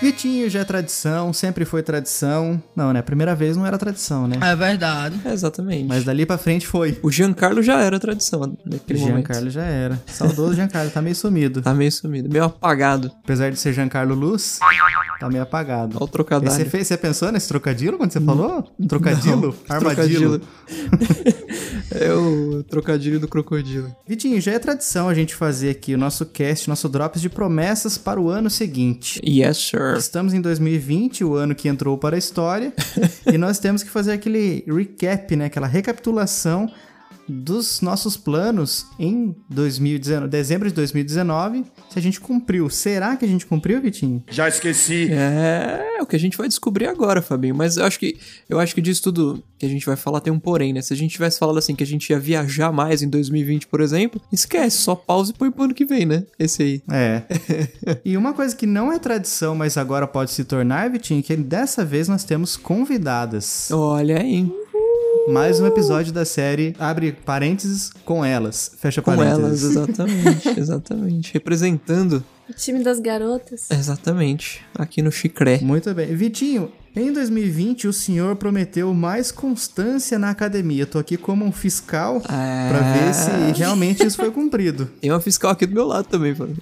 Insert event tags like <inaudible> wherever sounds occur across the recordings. jeitinho, já é tradição, sempre foi tradição. Não, né? A primeira vez não era tradição, né? É verdade. É, exatamente. Mas dali pra frente foi. O Giancarlo já era tradição naquele Giancarlo momento. já era. Saudoso Giancarlo, tá meio sumido. Tá meio sumido, meio apagado. Apesar de ser Giancarlo Luz, tá meio apagado. Olha o trocadilho. Você, fez, você pensou nesse trocadilho quando você falou? Trocadilo? Armadilho. Trocadilho. <laughs> é o trocadilho do crocodilo. Vitinho, já é tradição a gente fazer aqui o nosso cast, nosso drops de promessas para o ano seguinte. Yes, sir. Estamos em 2020, o ano que entrou para a <laughs> história, e nós temos que fazer aquele recap, né? Aquela recapitulação dos nossos planos em 2019, dezembro de 2019, se a gente cumpriu. Será que a gente cumpriu, Vitinho? Já esqueci. É, o que a gente vai descobrir agora, Fabinho. Mas eu acho que eu acho que disso tudo que a gente vai falar tem um porém, né? Se a gente tivesse falado assim que a gente ia viajar mais em 2020, por exemplo, esquece, só pausa e põe pro ano que vem, né? Esse aí. <laughs> É. e uma coisa que não é tradição, mas agora pode se tornar, Vitinho, é que dessa vez nós temos convidadas. Olha aí. Mais um episódio da série abre parênteses com elas. Fecha Com parênteses. elas, <laughs> exatamente, exatamente. Representando, O time das garotas. exatamente, aqui no Chicré. Muito bem. Vitinho, em 2020 o senhor prometeu mais constância na academia. Eu tô aqui como um fiscal Ah. pra ver se realmente isso foi <laughs> cumprido. Tem uma fiscal aqui do meu lado também, <laughs> Fábio.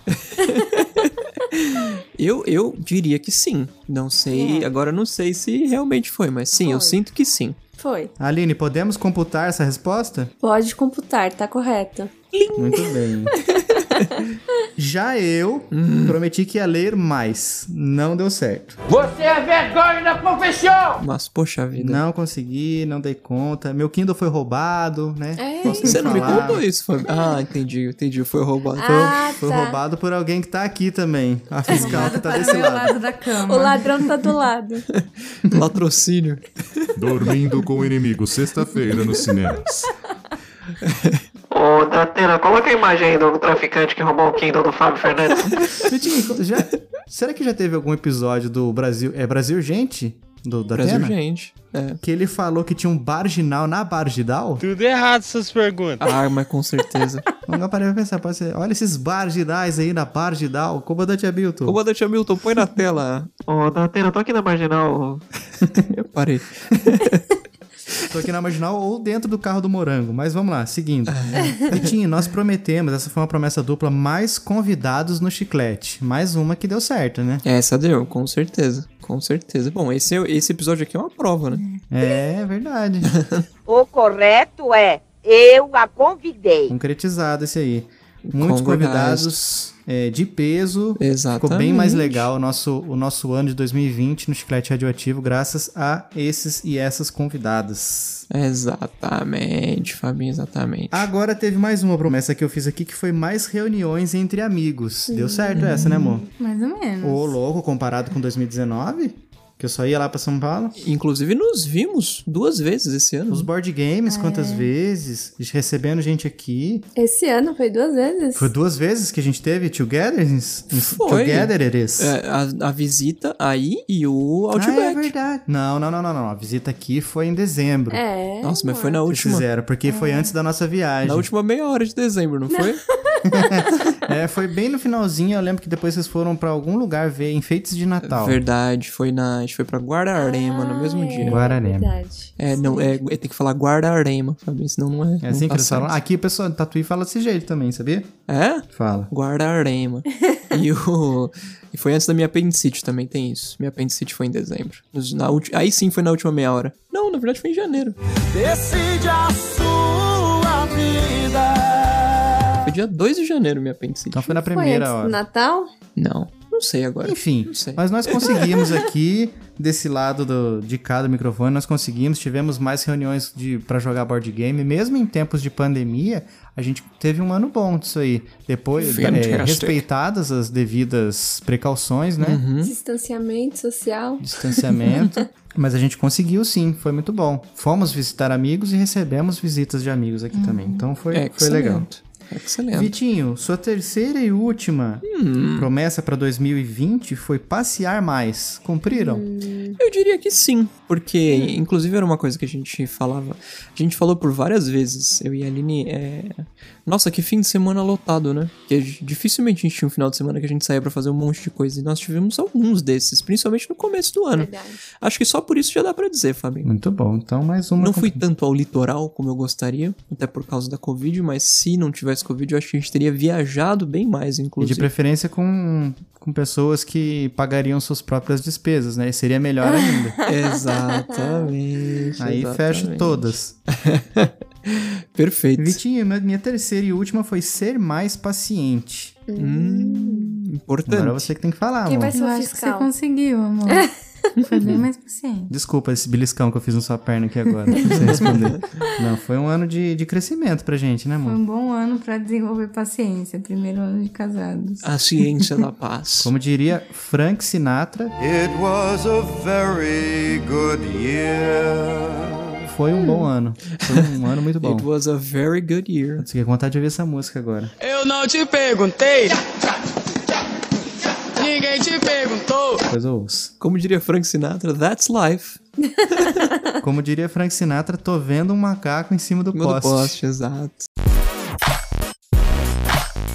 eu, eu diria que sim. Não sei, agora eu não sei se realmente foi, mas sim, eu É. Foi. sinto que sim. Foi. Aline, podemos computar essa resposta? Pode computar, tá correto. Muito <laughs> bem. Já eu Hum. prometi que ia ler mais. Não deu certo. Mas, poxa vida. Não consegui, não dei conta. Meu Kindle foi roubado, né? É. Posso nem Você não me falar. contou isso, Fábio. Ah, entendi, entendi. Foi roubado. Ah, Foi tá. roubado por alguém que tá aqui também. A fiscal que tá do desse meu lado. lado da cama. O ladrão tá do <laughs> lado. um Latrocínio. Dormindo com o inimigo, sexta-feira nos cinemas. Ô, Datena, coloca a imagem aí do traficante que roubou o Kindle do Fábio Fernandes. Vitinho, já- será que já teve algum episódio do Brasil. É Brasil Gente? Do, da Brasil, Atena? gente. É. Que ele falou que tinha um marginal na Bargidal? Tudo errado essas perguntas. Ah, mas <laughs> com certeza. Não parei pra pensar, pode ser. Olha esses barginais aí na Bargidal. Comandante Hamilton. Comandante Hamilton, põe na tela. Ô, Datena, tô aqui na marginal. Eu parei. Tô aqui na marginal ou dentro do carro do morango. Mas vamos lá, seguindo. Ah, é. Vitinho, nós prometemos, essa foi uma promessa dupla, mais convidados no chiclete. Mais uma que deu certo, né? Essa deu, É, com certeza. Com certeza. Bom, esse, esse episódio aqui é uma prova, né? É <laughs> verdade. O correto é eu a convidei. Concretizado esse aí. Muitos Convidados. convidados é, de peso. Exatamente. Ficou bem mais legal o nosso, o nosso ano de 2020 no Chiclete Radioativo, graças a esses e essas convidadas. Exatamente, Fabinho, exatamente. Agora teve mais uma promessa que eu fiz aqui, que foi mais reuniões entre amigos. Deu certo essa, né, amor? Mais ou menos. Ô, louco, comparado com 2019? Que eu só ia lá pra São Paulo? Inclusive, nos vimos duas vezes esse ano. Os board É. games, quantas vezes? Recebendo gente aqui. Esse ano foi duas vezes. Foi duas vezes que a gente teve Togetherings? Foi. Togetherers? É, a, a visita aí e o Ah, é Outback. verdade. Não, não, não, não, não. A visita aqui foi em dezembro. É. Nossa, mas foi na que última. fizeram, porque foi antes da nossa viagem. Na última meia hora de dezembro, não <laughs> foi? É, foi bem no finalzinho. Eu lembro que depois vocês foram pra algum lugar ver enfeites de Natal. Verdade, foi na. A gente foi pra Guararema no mesmo Ah, dia. Guararema. Verdade. É, não, é, é, tem que falar Guararema, Fabinho, senão não é. É assim não que tá eles falam. certo. Aqui o pessoal do Tatuí fala desse jeito também, sabia? É? Fala. Guararema. e, o... e foi antes da minha apendicite também, tem isso. Minha apendicite foi em dezembro. Nos- Na ulti... Aí sim foi na última meia hora. Não, na verdade foi em janeiro. Decide a sua vida. Foi dia 2 de janeiro minha apendicite. Então foi na Foi primeira antes do hora. Natal? Não, não sei agora. Enfim, Não sei. mas <laughs> nós conseguimos aqui, desse lado do- de cada microfone, nós conseguimos, tivemos mais reuniões de para jogar board game, mesmo em tempos de pandemia, a gente teve um ano bom disso aí. Depois, é, Fantastic. respeitadas as devidas precauções, Uhum. né? Distanciamento social. Distanciamento. Mas a gente conseguiu sim, foi muito bom. Fomos visitar amigos e recebemos visitas de amigos aqui também. Então foi, É, foi legal. Excelente. Hum. Vitinho, sua terceira e última promessa pra 2020 foi passear mais. Cumpriram? Eu diria que sim, porque Hum. inclusive era uma coisa que a gente falava, a gente falou por várias vezes, eu e a Aline, é... nossa, que fim de semana lotado, né? Que a gente- dificilmente a gente tinha um final de semana que a gente saía pra fazer um monte de coisa, e nós tivemos alguns desses, principalmente no começo do ano. É. Verdade. Acho que só por isso já dá pra dizer, Fabinho. Muito bom. Então, mais uma. Não fui tanto ao litoral como eu gostaria, até por causa da Covid, mas se não tivesse Covid, eu acho que a gente teria viajado bem mais, E de inclusive. preferência com, com pessoas que pagariam suas próprias despesas, né? E seria melhor <laughs> ainda. Exatamente. Aí fecho exatamente. todas. Perfeito. Vitinho, minha- minha terceira e última foi ser mais paciente. Hum, importante. Agora você que tem que falar, Quem amor. vai ser Eu o acho que você fiscal? conseguiu, amor. <laughs> Foi bem mais paciente. Desculpa esse beliscão que eu fiz na sua perna aqui agora, pra você <laughs> responder. Não, foi um ano de, de crescimento pra gente, né, Foi amor? um bom ano pra desenvolver paciência. Primeiro ano de casados. A ciência da paz. Como diria Frank Sinatra, It was a very good year. foi um bom ano. Foi um ano muito bom. It was a very good year. Você quer vontade de ouvir essa música agora. Eu não te perguntei. Ninguém te perguntou. Depois eu ouço. Como diria Frank Sinatra, that's life. Como diria Frank Sinatra, tô vendo um macaco em cima do Meu do poste. poste, exato.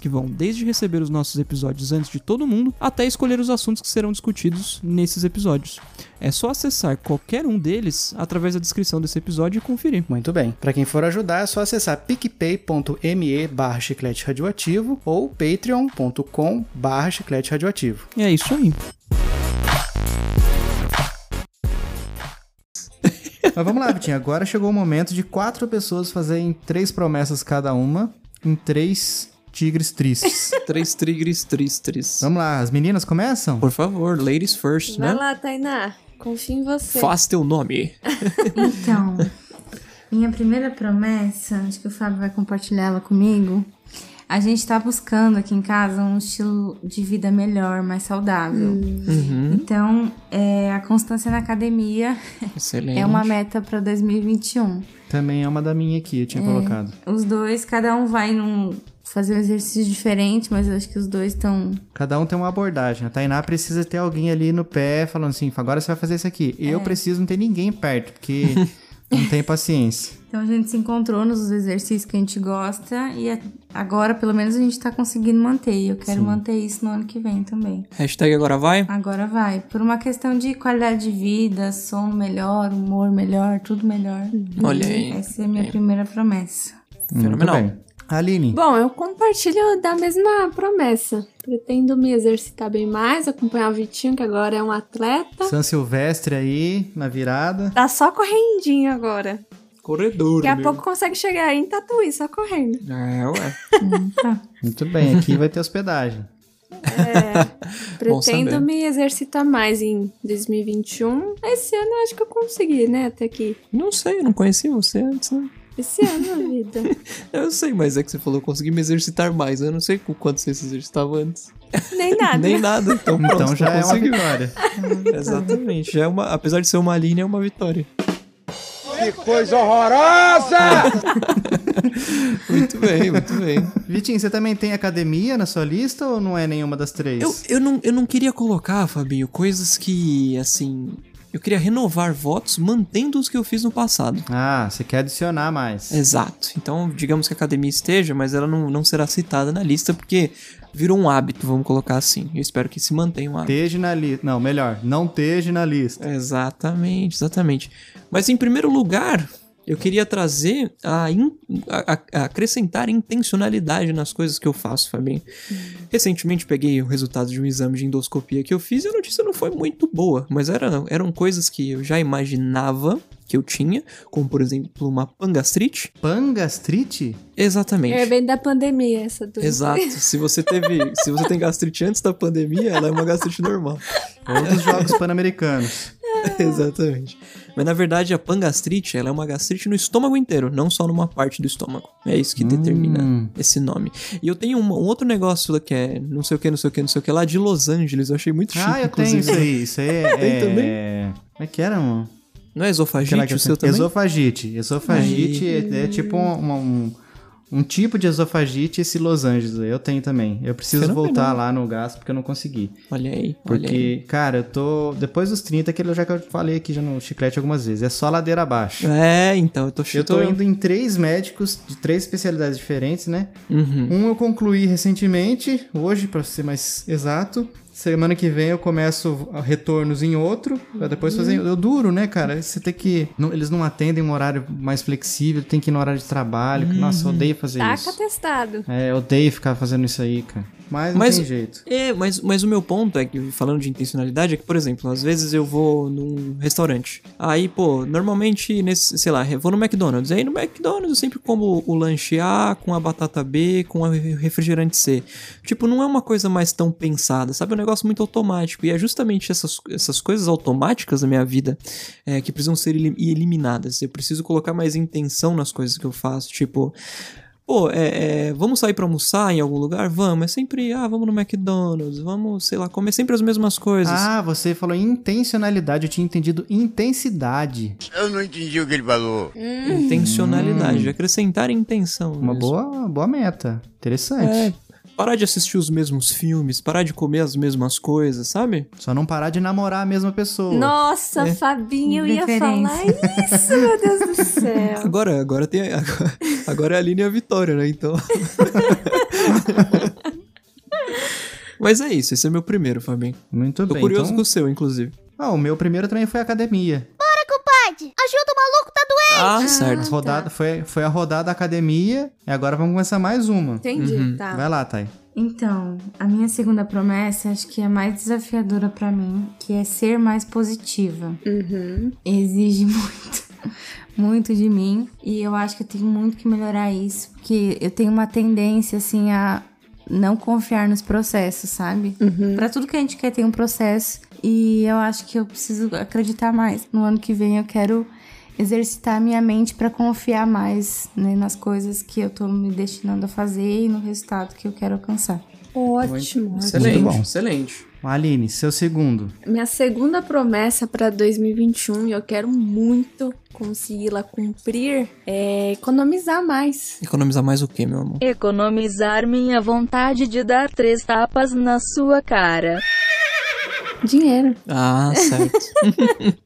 que vão desde receber os nossos episódios antes de todo mundo, até escolher os assuntos que serão discutidos nesses episódios. É só acessar qualquer um deles através da descrição desse episódio e conferir. Muito bem. Pra quem for ajudar, é só acessar picpay.me barra chiclete radioativo ou patreon.com barra chiclete <laughs> radioativo. E é isso aí. Mas vamos lá, Vitinho. Agora chegou o momento de quatro pessoas fazerem três promessas cada uma em três tigres tristes. Três trigres tristes. vamos lá, as meninas começam? Por favor, ladies first, Vai né? lá, Tainá. Confio em você. Faz teu nome. Então, minha primeira promessa, acho que o Fábio vai compartilhar ela comigo. A gente tá buscando aqui em casa um estilo de vida melhor, mais saudável. Uhum. Então, é, a constância na academia Excelente. é uma meta pra 2021. Também é uma da minha aqui, eu tinha colocado. Os dois, cada um vai num, fazer um exercício diferente, mas eu acho que os dois estão. Cada um tem uma abordagem. A Tainá precisa ter alguém ali no pé falando assim, agora você vai fazer isso aqui. Eu preciso não ter ninguém perto, porque não tem paciência. Então a gente se encontrou nos exercícios que a gente gosta e a- agora, pelo menos, a gente tá conseguindo manter. E eu quero manter isso no ano que vem também. Hashtag agora vai. Agora vai. Por uma questão de qualidade de vida, som melhor, humor melhor, tudo melhor. Olha aí. Essa é a minha primeira promessa. Fenomenal. Muito bem. Aline, Bom, eu compartilho da mesma promessa. Pretendo me exercitar bem mais, acompanhar o Vitinho, que agora é um atleta. São Silvestre aí, na virada. Tá só correndinho agora. Corredor. Daqui a pouco consegue chegar aí em Tatuí, só correndo. É, ué. Muito bem, aqui vai ter hospedagem. <laughs> Bom É, Pretendo saber. me exercitar mais em 2021. Esse ano eu acho que eu consegui, né? Até aqui. Não sei, eu não conheci você antes, né? Esse ano, <laughs> a vida. Eu sei, mas é que você falou, consegui me exercitar mais. Eu não sei com quanto você se exercitava antes. Nem nada. Nem nada, então pronto, Então já é uma conseguiu. vitória. Exatamente, já é uma, apesar de ser uma linha, é uma vitória. Que coisa horrorosa! <laughs> Muito bem, muito bem. Vitinho, você também tem academia na sua lista ou não é nenhuma das três? Eu, eu, não, eu não queria colocar, Fabinho, coisas que, assim... Eu queria renovar votos mantendo os que eu fiz no passado. Ah, você quer adicionar mais. Exato. Então, digamos que a academia esteja, mas ela não, não será citada na lista porque virou um hábito, vamos colocar assim. Eu espero que se mantenha um hábito. Teja na lista. Não, melhor, não teja na lista. Exatamente, exatamente. Mas em primeiro lugar, eu queria trazer a, in- a- a- a acrescentar intencionalidade nas coisas que eu faço, Fabinho. Recentemente peguei o resultado de um exame de endoscopia que eu fiz e a notícia não foi muito boa, mas era, eram coisas que eu já imaginava que eu tinha, como por exemplo uma pangastrite. Pangastrite? Exatamente. É bem da pandemia essa doença. Exato. Se você teve, <laughs> se você tem gastrite antes da pandemia, ela é uma gastrite normal. Ou dos Jogos um Pan-Americanos. Exatamente. Mas na verdade a pangastrite, ela é uma gastrite no estômago inteiro, não só numa parte do estômago. É isso que Hum. determina esse nome. E eu tenho um, um outro negócio lá que é não sei o que, não sei o que, não sei o que lá, de Los Angeles. Eu achei muito chique, Ah, eu tenho inclusive. isso aí. Isso aí Tem é. também? é... Como é que era, mano? Não é esofagite Será que eu o seu tenho? também? Esofagite. Esofagite Aí. é, é tipo um, um, um tipo de esofagite esse Los Angeles. aí. Eu tenho também. Eu preciso Fenomenal. voltar lá no gasto porque eu não consegui. Olha aí, olha aí. Porque, cara, eu tô. Depois dos 30, que eu já que eu falei aqui já no chiclete algumas vezes. É só ladeira abaixo. É, então, eu tô Eu chutando. tô indo em três médicos de três especialidades diferentes, né? Uhum. Um eu concluí recentemente, hoje, pra ser mais exato. Semana que vem eu começo retornos em outro, pra depois fazer. Eu duro, né, cara? Você tem que. não- eles não atendem um horário mais flexível, tem que ir no horário de trabalho. Nossa, eu odeio fazer Taca isso. testado. É, eu odeio ficar fazendo isso aí, cara. Mas não Mas- tem jeito. É, mas, mas o meu ponto é que, falando de intencionalidade, é que, por exemplo, às vezes eu vou num restaurante. Aí, pô, normalmente, nesse, sei lá, eu vou no McDonald's. Aí no McDonald's eu sempre como o lanche A com a batata B, com o refrigerante C. Tipo, não é uma coisa mais tão pensada, sabe? É um negócio muito automático. E é justamente essas, essas coisas automáticas da minha vida é, que precisam ser elim- eliminadas. Eu preciso colocar mais intenção nas coisas que eu faço. Tipo, Pô, é, é, vamos sair pra almoçar em algum lugar? Vamos. É sempre, ah, vamos no McDonald's, vamos, sei lá, comer sempre as mesmas coisas. Ah, você falou intencionalidade, eu tinha entendido intensidade. Eu não entendi o que ele falou. Intencionalidade, acrescentar intenção. Uma nisso. boa, uma boa meta. É, Interessante. parar de assistir os mesmos filmes, parar de comer as mesmas coisas, sabe? Só não parar de namorar a mesma pessoa. Nossa, É. Fabinho, eu ia Referência. falar isso, meu Deus do <laughs> céu. Agora, agora tem. Agora, agora é a Aline e a Vitória, né? Então. <laughs> Mas é isso, esse é meu primeiro, Fabinho. Muito Tô bem. curioso então- com o seu, inclusive. Ah, o meu primeiro também foi academia. Ah, certo. rodada, foi, foi a rodada da academia e agora vamos começar mais uma. Entendi, Uhum. tá. Vai lá, Thay. Então, a minha segunda promessa, acho que é a mais desafiadora pra mim, que é ser mais positiva. Uhum. Exige <laughs> muito, muito de mim. E eu acho que eu tenho muito que melhorar isso, porque eu tenho uma tendência, assim, a não confiar nos processos, sabe? Uhum. Pra tudo que a gente quer tem um processo e eu acho que eu preciso acreditar mais. No ano que vem eu quero exercitar a minha mente pra confiar mais né, nas coisas que eu tô me destinando a fazer e no resultado que eu quero alcançar. Ótimo. Muito bom. excelente. Aline, seu segundo. Minha segunda promessa para 2021, e eu quero muito consegui-la cumprir, é economizar mais. Economizar mais o quê, meu amor? Economizar minha vontade de dar três tapas na sua cara. Dinheiro. <laughs> Ah, certo.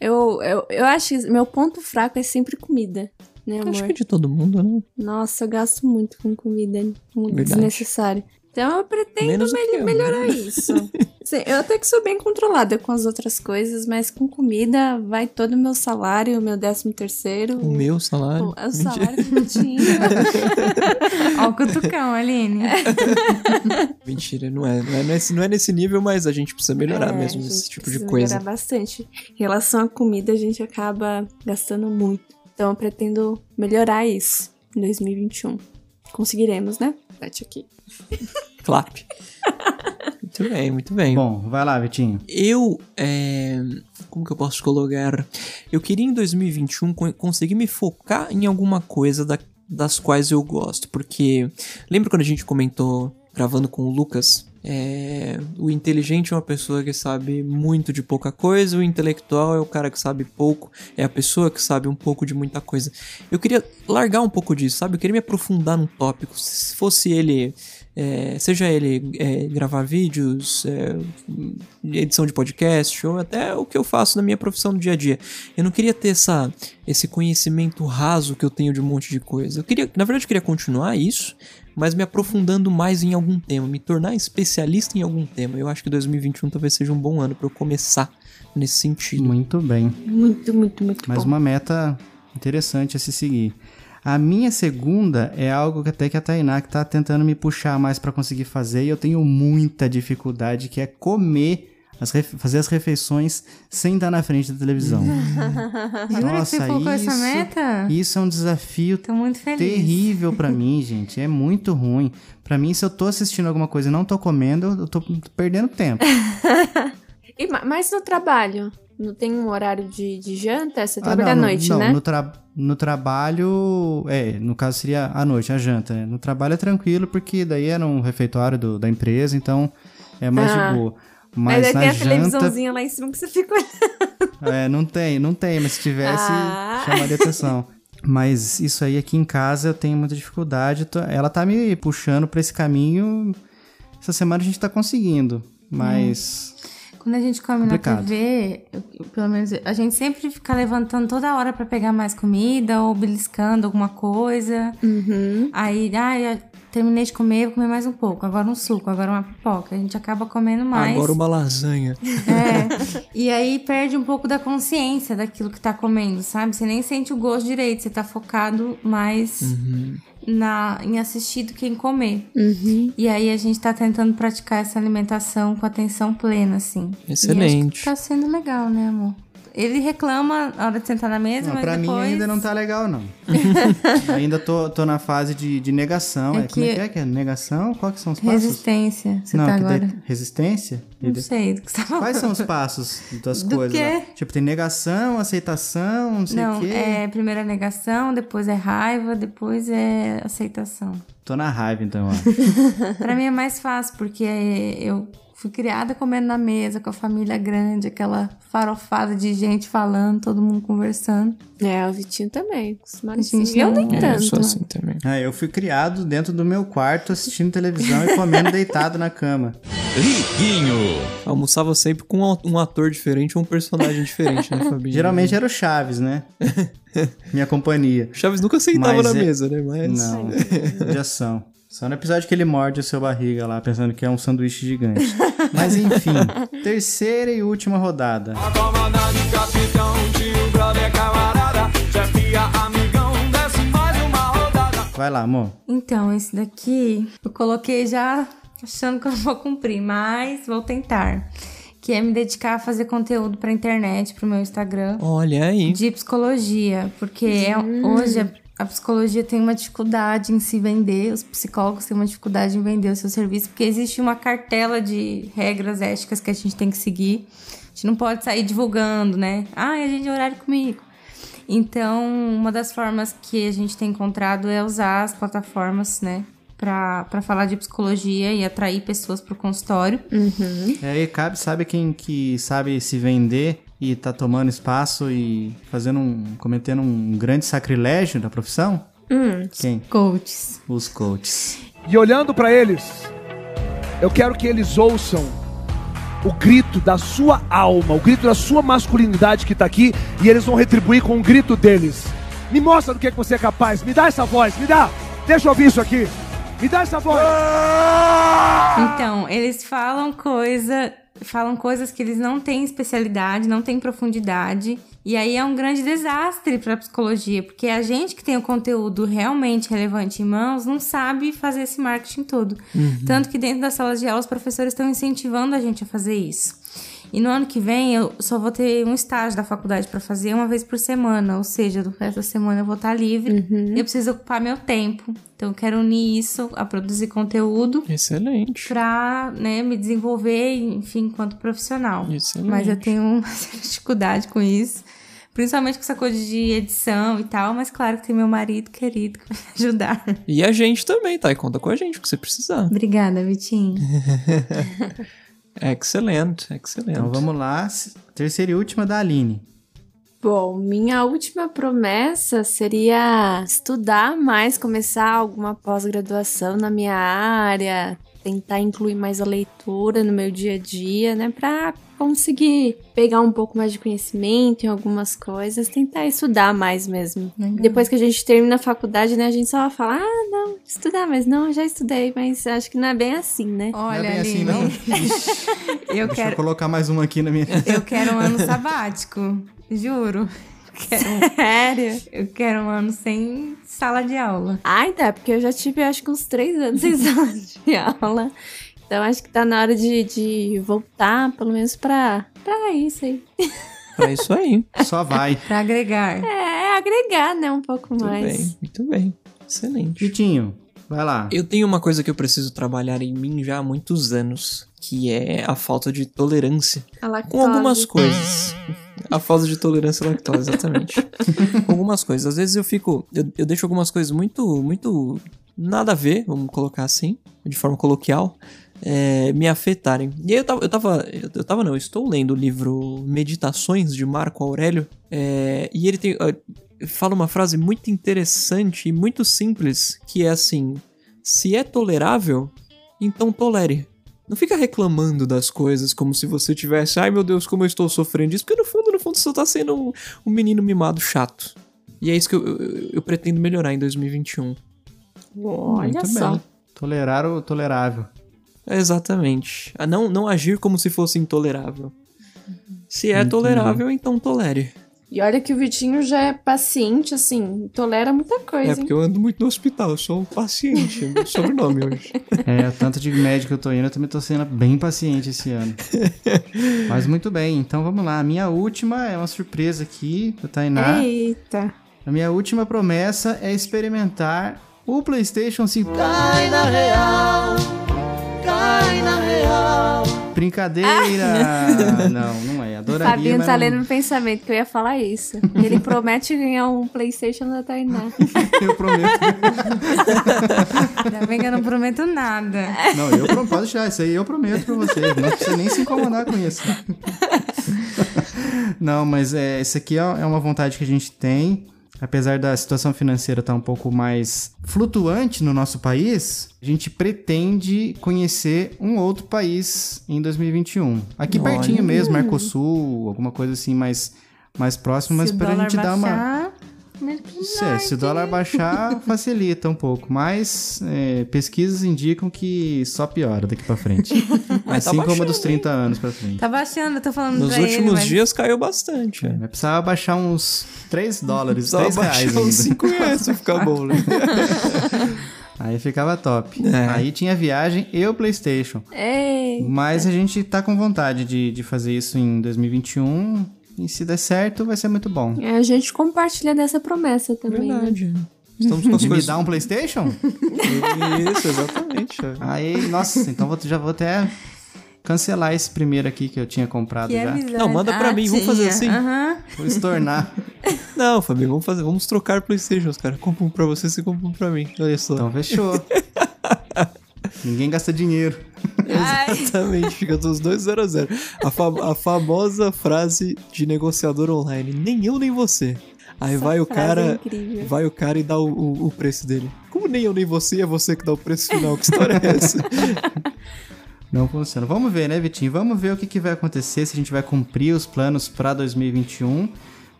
Eu, eu, eu acho que meu ponto fraco é sempre comida, né, amor? Acho que é de todo mundo, né? Nossa, eu gasto muito com comida, muito Verdade. desnecessário. Então eu pretendo Menos do mel- que eu, né? <laughs> melhorar isso. Sim, eu até que sou bem controlada com as outras coisas, mas com comida vai todo o meu salário, o meu décimo terceiro. O meu salário. o- é o Mentira. salário que eu <laughs> tinha. Ó o cutucão, Aline. Mentira, não é. Não é, nesse, não é nesse nível, mas a gente precisa melhorar É, mesmo a gente esse tipo de precisa coisa. Melhorar bastante. Em relação à comida, a gente acaba gastando muito. Então eu pretendo melhorar isso em 2021. Conseguiremos, né? Bate aqui. Clap. <laughs> muito bem, muito bem. Bom, vai lá, Vitinho. Eu, é, como que eu posso colocar? Eu queria em 2021 con- conseguir me focar em alguma coisa da- das quais eu gosto, porque lembra quando a gente comentou gravando com o Lucas? É, o inteligente é uma pessoa que sabe muito de pouca coisa, o intelectual é o cara que sabe pouco, é a pessoa que sabe um pouco de muita coisa. Eu queria largar um pouco disso, sabe? Eu queria me aprofundar num tópico, se fosse ele, é, seja ele é, gravar vídeos, é, edição de podcast, ou até o que eu faço na minha profissão do dia a dia. Eu não queria ter essa, esse conhecimento raso que eu tenho de um monte de coisa. Eu queria, na verdade, eu queria continuar isso, mas me aprofundando mais em algum tema, me tornar especialista em algum tema. Eu acho que 2021 talvez seja um bom ano para eu começar nesse sentido. Muito bem. Muito, muito, muito Mais bom. uma meta interessante a se seguir. A minha segunda é algo que até que a Tainá que tá tentando me puxar mais pra conseguir fazer e eu tenho muita dificuldade, que é comer, as refe- fazer as refeições sem dar na frente da televisão. Jura que Nossa, você colocou essa isso- meta? Isso é um desafio Tô muito feliz. terrível <laughs> pra mim, gente. É muito ruim. Pra mim, se eu tô assistindo alguma <laughs> coisa e não tô comendo, eu tô perdendo tempo. um E ma- mais no trabalho. Não tem um horário de, de janta? Você Ah, trabalha à não, no- noite, não, né? No, tra- no trabalho, é, no caso seria à noite, a janta, né? No trabalho é tranquilo, porque daí era um refeitório do- da empresa, então é mais Ah. de boa. Mas, Mas, aí na tem a janta. televisãozinha lá em cima que você fica olhando. É, não tem, não tem, mas se tivesse, Ah. chamaria atenção. Mas isso aí aqui em casa eu tenho muita dificuldade. tô- Ela tá me puxando pra esse caminho. Essa semana a gente tá conseguindo, Hum. mas. Quando a gente come Complicado. na TV, eu- eu- pelo menos a gente sempre fica levantando toda hora pra pegar mais comida ou beliscando alguma coisa. Uhum. Aí, ah, eu terminei de comer, vou comer mais um pouco. Agora um suco, agora uma pipoca. A gente acaba comendo mais. um Agora uma lasanha. É. E aí perde um pouco da consciência daquilo que tá comendo, sabe? Você nem sente o gosto direito, você tá focado mais Hum. na, em assistir do que em comer. Uhum. E aí a gente tá tentando praticar essa alimentação com atenção plena, assim. E acho Excelente. que tá sendo legal, né, amor? Ele reclama na hora de sentar na mesa, Não, mas pra depois... mim ainda não tá legal, <laughs> não. ainda tô, tô na fase de, de negação. É É Como é que- que é que é? Negação? Quais que são os passos? Resistência, você não, tá que de- agora. resistência? E Não de- sei do que você tá falando. Quais são os passos das Do coisas? quê? lá? Tipo, tem negação, aceitação, não sei o Não, quê. é primeiro é negação, depois é raiva, depois é aceitação. Tô na raiva, então, ó. Pra mim é mais fácil, porque é, eu fui criada comendo na mesa, com a família grande, aquela farofada de gente falando, todo mundo conversando. É, o Vitinho também. Acostumado Gente, assim. Eu nem não- É, eu tanto. sou assim também. Ah, eu fui criado dentro do meu quarto, assistindo televisão e comendo deitado na cama. Riguinho. Almoçava sempre com um au- um ator diferente ou um personagem diferente, né, Fabinho? Geralmente era o Chaves, né? Minha companhia. Chaves nunca sentava Mas na é- mesa, né? Mas. Não, de ação. Só no episódio que ele morde o seu barriga lá, pensando que é um sanduíche gigante. Mas enfim, terceira e última rodada. Vai lá, amor. Então, esse daqui eu coloquei já achando que eu não vou cumprir, mas vou tentar. Que é me dedicar a fazer conteúdo pra internet, pro meu Instagram. Olha aí. De psicologia, porque é- hoje a, a psicologia tem uma dificuldade em se vender, os psicólogos têm uma dificuldade em vender o seu serviço, porque existe uma cartela de regras éticas que a gente tem que seguir. A gente não pode sair divulgando, né? Ah, a gente é horário comigo. Então, uma das formas que a gente tem encontrado é usar as plataformas, né? Pra pra falar de psicologia e atrair pessoas pro consultório. Uhum. É, E aí, cabe, sabe quem que sabe se vender e tá tomando espaço e fazendo um. cometendo um grande sacrilégio da profissão? Quem? Coaches. Os coaches. E olhando para eles, eu quero que eles ouçam o grito da sua alma, o grito da sua masculinidade que tá aqui, e eles vão retribuir com o grito deles. Me mostra do que, é que você é capaz, me dá essa voz, me dá, deixa eu ouvir isso aqui, me dá essa voz. Então, eles falam coisa, falam coisas que eles não têm especialidade, não têm profundidade, e aí é um grande desastre para psicologia, porque a gente que tem o conteúdo realmente relevante em mãos não sabe fazer esse marketing todo. Tanto que dentro das salas de aula os professores estão incentivando a gente a fazer isso. E no ano que vem eu só vou ter um estágio da faculdade para fazer uma vez por semana, ou seja, do resto da semana eu vou estar livre. e Eu preciso ocupar meu tempo. Então eu quero unir isso a produzir conteúdo Excelente. pra né, me desenvolver, enfim, enquanto profissional. Excelente. Mas eu tenho <laughs> uma certa dificuldade com isso. Principalmente com essa coisa de edição e tal, mas claro que tem meu marido querido que vai me ajudar. E a gente também, tá? E conta com a gente, o que você precisar. Obrigada, Vitinho. Excelente, excelente. Então vamos lá. s- Terceira e última da Aline. Bom, minha última promessa seria estudar mais, começar alguma pós-graduação na minha área, tentar incluir mais a leitura no meu dia a dia, né, Pra conseguir pegar um pouco mais de conhecimento em algumas coisas, tentar estudar mais mesmo. Uhum. Depois que a gente termina a faculdade, né, a gente só fala: "Ah, não, estudar, mas não, eu já estudei, mas acho que não é bem assim, né?" Olha, não é bem Aline, assim, <laughs> não? eu, Deixa eu quero, colocar mais uma aqui na minha. eu quero um ano sabático, juro. um- Sério? Eu quero um ano sem sala de aula. Ah, então, é porque eu já tive acho que uns três anos sem sala de <laughs> aula. Então acho que tá na hora de, de voltar, pelo menos pra, pra isso aí. É isso <laughs> aí. Só vai. Pra agregar. É, agregar, né, um pouco Muito mais. bem, muito bem. Excelente. Vitinho, Vai lá. Eu tenho uma coisa que eu preciso trabalhar em mim já há muitos anos, que é a falta de tolerância A com algumas coisas. A falta de tolerância à lactose, exatamente. Com algumas coisas. Às vezes eu fico. Eu, eu deixo algumas coisas muito. muito. nada a ver, vamos colocar assim, de forma coloquial. é, me afetarem. E aí eu tava. Eu tava. Eu, eu tava não, eu estou lendo o livro Meditações de Marco Aurélio. é, e ele tem. ó, Fala uma frase muito interessante e muito simples, que é assim: se é tolerável, então tolere. Não fica reclamando das coisas como se você tivesse, ai meu Deus, como eu estou sofrendo disso, porque no fundo, no fundo, você só tá sendo um, um menino mimado chato. E é isso que eu, eu- eu pretendo melhorar em 2021. Olha Muito só. bem. Tolerar o tolerável. É Exatamente. A não, não agir como se fosse intolerável. Se é tolerável, então tolere. E olha que o Vitinho já é paciente, assim, tolera muita coisa, é, hein? porque eu ando muito no hospital, eu sou um paciente, é meu sobrenome hoje. É, o tanto de médico que eu tô indo, eu também tô sendo bem paciente esse <laughs> ano. Mas muito bem, então vamos lá. A minha última é uma surpresa aqui da Tainá. Eita. A minha última promessa é experimentar o PlayStation 5. Cai na real, cai na real. Brincadeira! Não, não é. O Adoraria, Fabinho mas Ah, tá não- lendo no pensamento que eu ia falar isso. <laughs> E ele promete ganhar um Playstation da Tainá. eu prometo. Ainda bem que eu não prometo nada. <laughs> Não, eu prometo. Pode deixar, isso aí eu prometo pra vocês. Não precisa nem se incomodar com isso. <laughs> Não, mas é, isso aqui é é uma vontade que a gente tem. Apesar da situação financeira estar um pouco mais flutuante no nosso país, a gente pretende conhecer um outro país em 2021. Aqui Olha. pertinho mesmo, Mercosul, alguma coisa assim mais, mais próximo, mas Se o pra dólar gente dar uma. baixar, Isso é, se o dólar <laughs> baixar, facilita um pouco. Mas é, pesquisas indicam que só piora daqui pra frente. <laughs> Mas tá assim como baixando, dos 30 anos pra frente. Tá baixando, eu tô falando Nos pra ele, últimos mas... dias caiu bastante. é. Vai precisar baixar uns <laughs> 3 dólares, Precisava 3 reais baixar uns <laughs> ainda. 5 reais pra ficar bom, né? Aí ficava top. É. Aí tinha viagem e o Playstation. Hum. Ei. Mas a gente tá com vontade de, de fazer isso em 2021. E se der certo, vai ser muito bom. É, A gente compartilha dessa promessa É também, né? Estamos com as De me coisas... dar um <laughs> Playstation? um- Isso, exatamente. é. Aí, nossa, então vou- já vou até cancelar esse primeiro aqui que eu tinha comprado Que é já. bizarro. Não, manda pra Ah, mim, vamos fazer tinha. assim? Aham. Vou estornar. Não, Fabinho, vamos fazer, vamos trocar Playstations, cara. Compra um pra você, você compra um pra mim. Olha só. Então fechou. <laughs> Ninguém gasta dinheiro. <laughs> Exatamente, fica dos dois 0 a 0. A, fa- a famosa frase de negociador online, nem eu nem você. Aí vai o frase é cara, incrível. vai o cara e dá o, o- o preço dele. Como nem eu nem você, é você que dá o preço final, que história é essa? Não funciona. Vamos ver, né, Vitinho? Vamos ver o que, que vai acontecer, se a gente vai cumprir os planos pra 2021.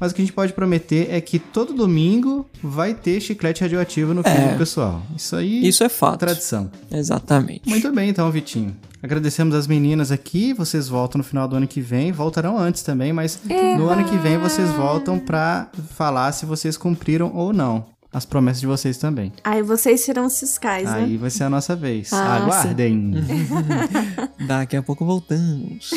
Mas o que a gente pode prometer é que todo domingo vai ter chiclete radioativo no feed do pessoal. Isso aí É. Isso é é fato. tradição. Exatamente. Muito bem, então, Vitinho. Agradecemos as meninas aqui. Vocês voltam no final do ano que vem. Voltarão antes também, mas no ano que vem vocês voltam pra falar se vocês cumpriram ou não as promessas de vocês também. Aí vocês serão os fiscais, né? Aí vai ser a nossa vez. Ah, Aguardem. Daqui a pouco voltamos.